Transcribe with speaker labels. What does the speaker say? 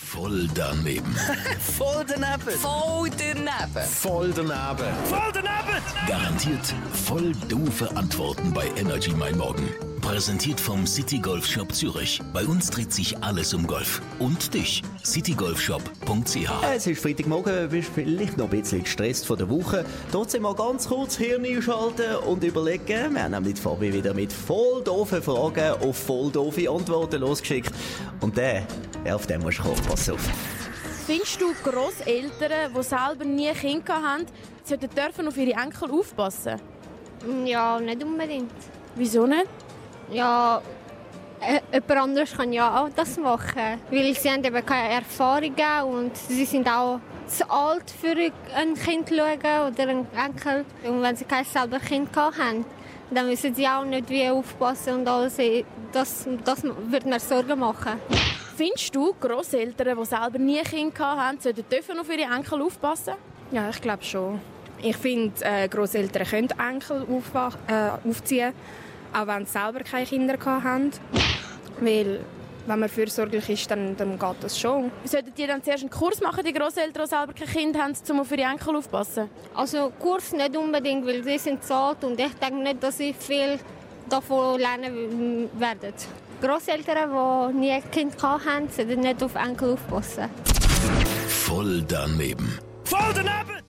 Speaker 1: Voll daneben.
Speaker 2: Voll daneben.
Speaker 3: Voll daneben.
Speaker 1: Voll daneben.
Speaker 2: Voll daneben.
Speaker 1: Garantiert voll doofe Antworten bei Energy Mein Morgen. Präsentiert vom City Golf Shop Zürich. Bei uns dreht sich alles um Golf. Und dich, citygolfshop.ch.
Speaker 4: Äh, Es ist Freitagmorgen, du bist vielleicht noch ein bisschen gestresst von der Woche. Trotzdem mal ganz kurz Hirn einschalten und überlegen. Wir haben nämlich die Fabi wieder mit voll doofen Fragen auf voll doofe Antworten losgeschickt. Und der, ja, auf den musst du kommen, pass auf.
Speaker 5: Findest du Großeltern, die selber nie Kinder hatten, sollten dürfen auf ihre Enkel aufpassen?
Speaker 6: Ja, nicht unbedingt.
Speaker 5: Wieso nicht?
Speaker 6: Ja, äh, jemand anderes kann ja auch das machen. Weil sie haben eben keine Erfahrungen und sie sind auch zu alt für ein Kind zu schauen oder einen Enkel. Und wenn sie kein selber Kind gehabt haben, dann müssen sie auch nicht wie aufpassen und alles. Das, das wird mir Sorgen machen.
Speaker 5: Findest du Großeltern, die selber nie Kinder hatten, sollten dürfen auf ihre Enkel aufpassen?
Speaker 7: Ja, ich glaube schon. Ich finde, äh, Großeltern können Enkel aufwa- äh, aufziehen, auch wenn sie selber keine Kinder gehabt haben. Weil, wenn man fürsorglich ist, dann, dann geht das schon.
Speaker 5: Sollten die dann zuerst einen Kurs machen, die Großeltern, die selber kein Kind haben, um auf ihre Enkel aufpassen?
Speaker 6: Also Kurs nicht unbedingt, weil sie sind zu alt und ich denke nicht, dass sie viel davon lernen werden. Großeltern, die nie ein Kind hatten, sollten nicht auf Enkel aufpassen.
Speaker 1: Voll daneben.
Speaker 2: Voll daneben.